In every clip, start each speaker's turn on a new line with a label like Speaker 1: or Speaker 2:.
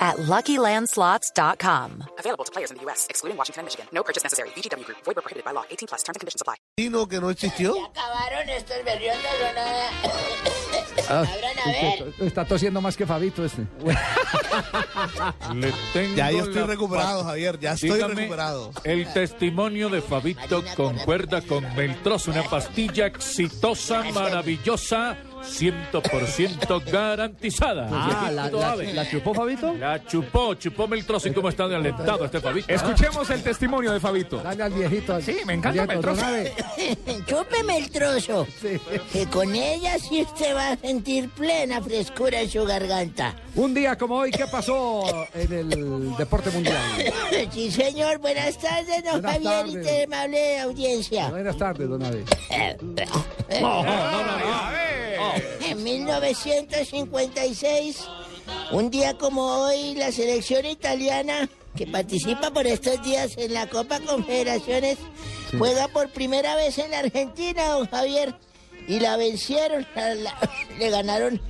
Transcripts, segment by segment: Speaker 1: at LuckyLandSlots.com.
Speaker 2: Available to players in the U.S., excluding Washington and Michigan. No purchase necessary. VGW Group. Void where prohibited by law. 18 plus. Terms and conditions apply.
Speaker 3: Tino que no existió.
Speaker 4: Acabaron estos berriotas o nada.
Speaker 5: Ah,
Speaker 4: Abran a ver.
Speaker 5: Está tosiendo más que Fabito este.
Speaker 6: Le tengo
Speaker 3: Ya yo estoy
Speaker 6: la
Speaker 3: recuperado,
Speaker 6: pa-
Speaker 3: Javier. Ya estoy
Speaker 6: Dígame
Speaker 3: recuperado.
Speaker 6: El testimonio de Fabito concuerda con Meltros, una pastilla exitosa, maravillosa, 100% garantizada.
Speaker 5: Ah, la, la,
Speaker 6: Suave.
Speaker 5: la chupó Fabito.
Speaker 6: La chupó, chupó Meltros y cómo está de alentado este Fabito.
Speaker 7: Escuchemos el testimonio de Fabito.
Speaker 5: Dale al viejito. al-
Speaker 7: Sí, me encanta
Speaker 5: Viejito,
Speaker 7: Meltroso.
Speaker 5: ¿sabe?
Speaker 4: Chúpeme el trozo. Que con ella sí usted va a sentir plena frescura en su garganta.
Speaker 5: Un día como hoy, ¿qué pasó en el deporte mundial?
Speaker 4: Sí, señor. Buenas tardes, don
Speaker 5: Buenas
Speaker 4: Javier y
Speaker 5: tardes.
Speaker 4: te amable audiencia.
Speaker 5: Buenas tardes, don Abe.
Speaker 4: En 1956, un día como hoy, la selección italiana, que participa por estos días en la Copa Confederaciones, juega por primera vez en la Argentina, don Javier, y la vencieron, a la- le ganaron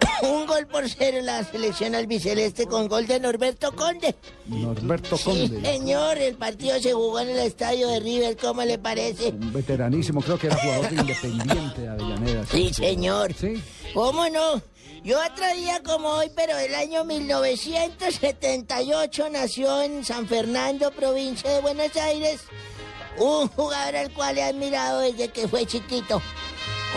Speaker 4: un gol por cero en la selección albiceleste con gol de Norberto Conde.
Speaker 5: Norberto
Speaker 4: Sí,
Speaker 5: Conde.
Speaker 4: señor, el partido se jugó en el estadio de River, ¿cómo le parece?
Speaker 5: Un veteranísimo, creo que era jugador de independiente de Avellaneda.
Speaker 4: Sí, señor.
Speaker 5: Sí.
Speaker 4: ¿Cómo no? Yo otro día como hoy, pero el año 1978 nació en San Fernando, provincia de Buenos Aires, un jugador al cual he admirado desde que fue chiquito,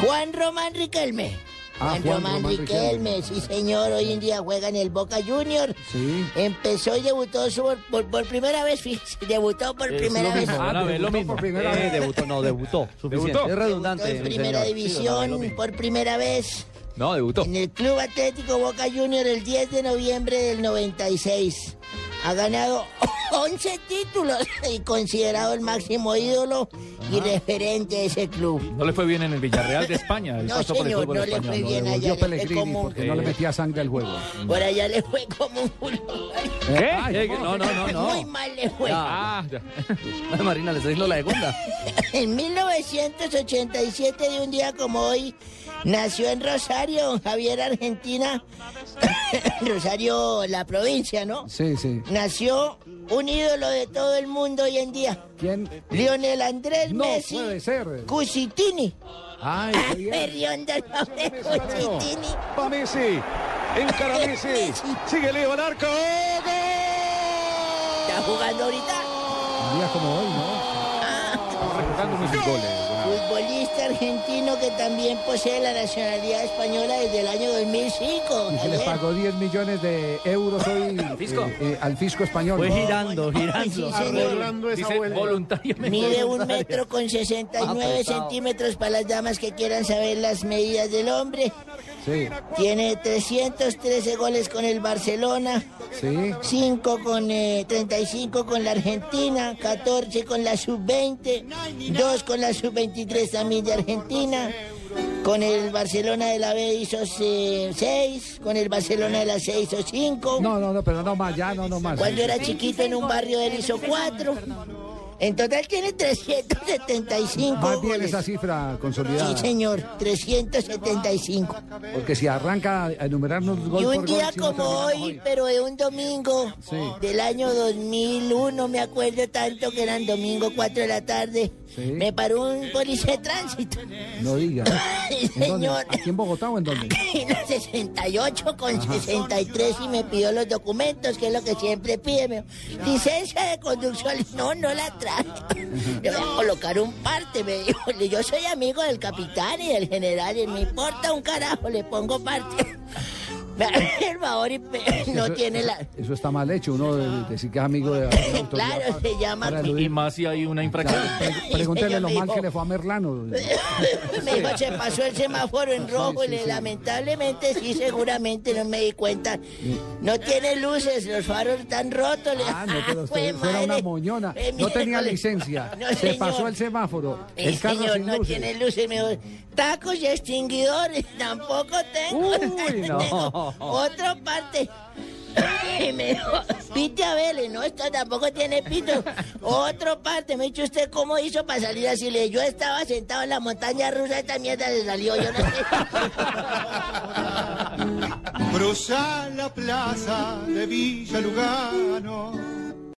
Speaker 4: Juan Román Riquelme.
Speaker 5: Ah,
Speaker 4: Juan,
Speaker 5: Juan
Speaker 4: Román,
Speaker 5: Román
Speaker 4: Riquelme,
Speaker 5: Riquelme.
Speaker 4: sí señor, hoy en día juega en el Boca Junior.
Speaker 5: Sí.
Speaker 4: Empezó y debutó su- por, por primera vez, fíjese, debutó por primera vez.
Speaker 6: mismo. Don Abe, lo mismo.
Speaker 5: Por primera
Speaker 8: Eh,
Speaker 5: vez.
Speaker 8: debutó, no, debutó. Suficiente.
Speaker 7: Debutó.
Speaker 8: Es redundante.
Speaker 4: Debutó en
Speaker 8: señor.
Speaker 4: primera
Speaker 8: Sí,
Speaker 4: división por primera vez.
Speaker 8: No, debutó.
Speaker 4: En el Club Atlético Boca Junior el 10 de noviembre del 96. Ha ganado 11 títulos y considerado el máximo ídolo y referente de ese club.
Speaker 6: No le fue bien en el Villarreal de España. El
Speaker 4: No,
Speaker 6: paso por el
Speaker 4: señor,
Speaker 6: fútbol
Speaker 4: no le
Speaker 6: español.
Speaker 4: fue
Speaker 5: Lo
Speaker 4: bien allá,
Speaker 5: devolvió
Speaker 4: le fue
Speaker 5: Pellegrini
Speaker 4: como un-
Speaker 5: porque no le metía sangre al juego.
Speaker 4: Por allá le fue como un culo.
Speaker 6: ¿Qué?
Speaker 8: Ay,
Speaker 6: Eh,
Speaker 8: ¿cómo?
Speaker 6: No, no, no,
Speaker 4: Muy
Speaker 6: no.
Speaker 4: mal le fue.
Speaker 8: Ah, ya. Marina, le estoy diciendo la segunda.
Speaker 4: En 1987, de un día como hoy, nació en Rosario, don Javier, Argentina. Rosario, la provincia, ¿no?
Speaker 5: Sí, sí.
Speaker 4: Nació un ídolo de todo el mundo hoy en día.
Speaker 5: ¿Quién?
Speaker 4: Lionel Andrés
Speaker 5: No
Speaker 4: Messi.
Speaker 5: puede ser.
Speaker 4: Cusitini.
Speaker 5: Ay, qué bien.
Speaker 4: Perrión del nombre Cusitini.
Speaker 7: Va Messi. Encara Messi. Sigue Leo al arco.
Speaker 4: Está jugando ahorita.
Speaker 5: Un día como hoy, ¿no?
Speaker 6: Jugando muchos goles.
Speaker 4: Futbolista argentino que también posee la nacionalidad española desde el año 2005.
Speaker 5: Y se le
Speaker 4: Javier.
Speaker 5: pagó 10 millones de euros hoy
Speaker 8: Fisco.
Speaker 5: eh, eh, al fisco español.
Speaker 8: Fue
Speaker 5: ¿no?
Speaker 8: girando, girando.
Speaker 4: Sí, señor.
Speaker 6: Dice voluntariamente.
Speaker 4: Mide un metro
Speaker 5: Ah,
Speaker 4: con 69 centímetros para las damas que quieran saber las medidas del hombre.
Speaker 5: Sí,
Speaker 4: Tiene 313 goles con el Barcelona,
Speaker 5: sí.
Speaker 4: 5 con eh, 35 con la Argentina, 14 con la sub-20, 2 con la sub-23 también de Argentina. Con el Barcelona de la B hizo 6, con el Barcelona de la C hizo 5.
Speaker 5: No, no, no, pero no más, ya no, no más.
Speaker 4: Cuando era chiquito en un barrio él hizo cuatro. En total tiene 375
Speaker 5: Más bien
Speaker 4: goles.
Speaker 5: esa cifra
Speaker 4: Sí,
Speaker 5: consolidada.
Speaker 4: señor, 375.
Speaker 5: Porque si arranca a enumerarnos gol
Speaker 4: Y un
Speaker 5: por
Speaker 4: día
Speaker 5: gol, si no
Speaker 4: como
Speaker 5: terminamos
Speaker 4: hoy, pero de un domingo
Speaker 5: Sí.
Speaker 4: del año 2001, me acuerdo tanto que eran domingo 4 de la tarde,
Speaker 5: Sí.
Speaker 4: me paró un policía de tránsito.
Speaker 5: No diga.
Speaker 4: Sí,
Speaker 5: ¿En dónde?
Speaker 4: señor.
Speaker 5: ¿Aquí en Bogotá o en dónde?
Speaker 4: En la 68 con 63 y me pidió los documentos, que es lo que siempre pide. me dijo, Licencia de conducción, no, no la traje. Le voy a colocar un parte, me dijo. Le- Yo soy amigo del capitán y del general y me importa un carajo, le pongo parte. Me hace el favor y me- no
Speaker 5: Eso-
Speaker 4: tiene
Speaker 5: eso-
Speaker 4: la...
Speaker 5: Eso está mal hecho, uno de- decir que es amigo de la de la autoridad.
Speaker 4: Claro, se llama-
Speaker 5: para
Speaker 6: Y
Speaker 5: eludir.
Speaker 6: más si hay una infracción.
Speaker 5: Pre- Pregúntele
Speaker 4: Ella
Speaker 5: lo
Speaker 4: me
Speaker 5: mal
Speaker 4: dijo-
Speaker 5: que le fue a Merlano.
Speaker 4: me dijo, se pasó el semáforo en rojo.
Speaker 5: sí,
Speaker 4: le-
Speaker 5: sí.
Speaker 4: Lamentablemente, sí, seguramente no me di cuenta. No tiene luces, los faros están rotos. le-
Speaker 5: Mm. Ah, no, pero
Speaker 4: Fue
Speaker 5: usted fuera una
Speaker 4: madre.
Speaker 5: moñona.
Speaker 4: Fue
Speaker 5: No tenía
Speaker 4: miércoles.
Speaker 5: licencia.
Speaker 4: No,
Speaker 5: Se
Speaker 4: señor.
Speaker 5: pasó el semáforo.
Speaker 4: Eh,
Speaker 5: El carro
Speaker 4: señor,
Speaker 5: sin
Speaker 4: no
Speaker 5: luces.
Speaker 4: tiene luces, mejor. Tacos y extinguidores tampoco tengo.
Speaker 8: Uy, no.
Speaker 4: Tengo otra parte. Y me dijo, pite a Vélez, no, esto tampoco tiene pito. Otro parte, me dice usted cómo hizo para salir así. Le digo, yo estaba sentado en la montaña rusa, esta mierda le salió, yo no sé.
Speaker 3: Cruzar la plaza de Villa Lugano